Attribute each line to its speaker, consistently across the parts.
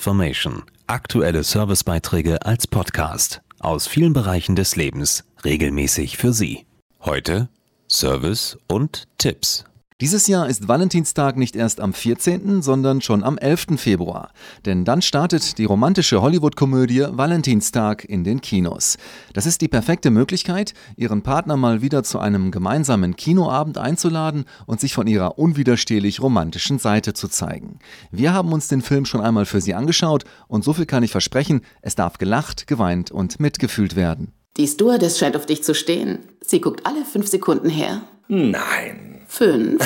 Speaker 1: Podformation. Aktuelle Servicebeiträge als Podcast aus vielen Bereichen des Lebens regelmäßig für Sie. Heute Service und Tipps.
Speaker 2: Dieses Jahr ist Valentinstag nicht erst am 14., sondern schon am 11. Februar. Denn dann startet die romantische Hollywood-Komödie Valentinstag in den Kinos. Das ist die perfekte Möglichkeit, Ihren Partner mal wieder zu einem gemeinsamen Kinoabend einzuladen und sich von ihrer unwiderstehlich romantischen Seite zu zeigen. Wir haben uns den Film schon einmal für Sie angeschaut und so viel kann ich versprechen, es darf gelacht, geweint und mitgefühlt werden.
Speaker 3: Die Stewardess scheint auf dich zu stehen. Sie guckt alle fünf Sekunden her.
Speaker 4: Nein.
Speaker 3: Fünf,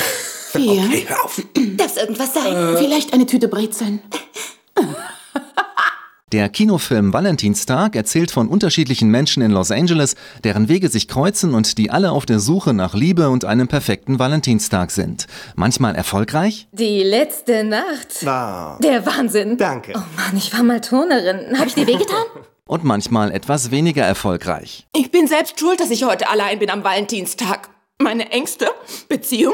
Speaker 3: vier,
Speaker 4: Okay, hör auf.
Speaker 5: Darf's irgendwas sein?
Speaker 3: vielleicht eine Tüte Brezeln.
Speaker 2: Der Kinofilm Valentinstag erzählt von unterschiedlichen Menschen in Los Angeles, deren Wege sich kreuzen und die alle auf der Suche nach Liebe und einem perfekten Valentinstag sind. Manchmal erfolgreich,
Speaker 5: Die letzte Nacht.
Speaker 4: Wow.
Speaker 5: Der Wahnsinn.
Speaker 4: Danke.
Speaker 5: Oh Mann, ich war mal Turnerin. Hab ich dir wehgetan?
Speaker 2: und manchmal etwas weniger erfolgreich.
Speaker 6: Ich bin selbst schuld, dass ich heute allein bin am Valentinstag. Meine engste Beziehung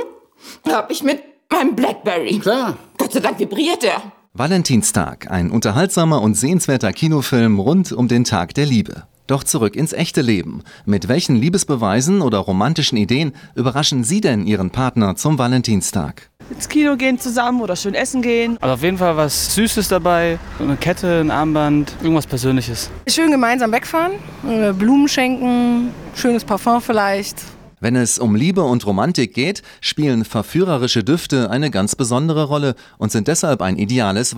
Speaker 6: habe ich mit meinem Blackberry.
Speaker 7: Klar.
Speaker 6: Gott sei Dank vibriert er.
Speaker 2: Valentinstag, ein unterhaltsamer und sehenswerter Kinofilm rund um den Tag der Liebe. Doch zurück ins echte Leben. Mit welchen Liebesbeweisen oder romantischen Ideen überraschen Sie denn Ihren Partner zum Valentinstag?
Speaker 8: ins Kino gehen zusammen oder schön essen gehen.
Speaker 9: Also auf jeden Fall was Süßes dabei, eine Kette, ein Armband, irgendwas Persönliches.
Speaker 10: Schön gemeinsam wegfahren, äh, Blumen schenken, schönes Parfum vielleicht.
Speaker 2: Wenn es um Liebe und Romantik geht, spielen verführerische Düfte eine ganz besondere Rolle und sind deshalb ein ideales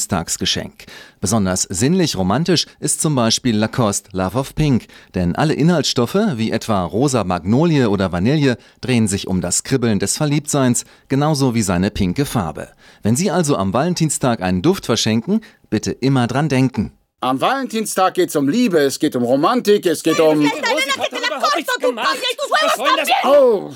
Speaker 2: Valentinstagsgeschenk. Besonders sinnlich romantisch ist zum Beispiel Lacoste Love of Pink, denn alle Inhaltsstoffe, wie etwa rosa Magnolie oder Vanille, drehen sich um das Kribbeln des Verliebtseins, genauso wie seine pinke Farbe. Wenn Sie also am Valentinstag einen Duft verschenken, bitte immer dran denken.
Speaker 7: Am Valentinstag geht's um Liebe, es geht um Romantik, es geht um.
Speaker 9: Ich hab überhaupt nichts gemacht. Was soll das?
Speaker 7: Oh,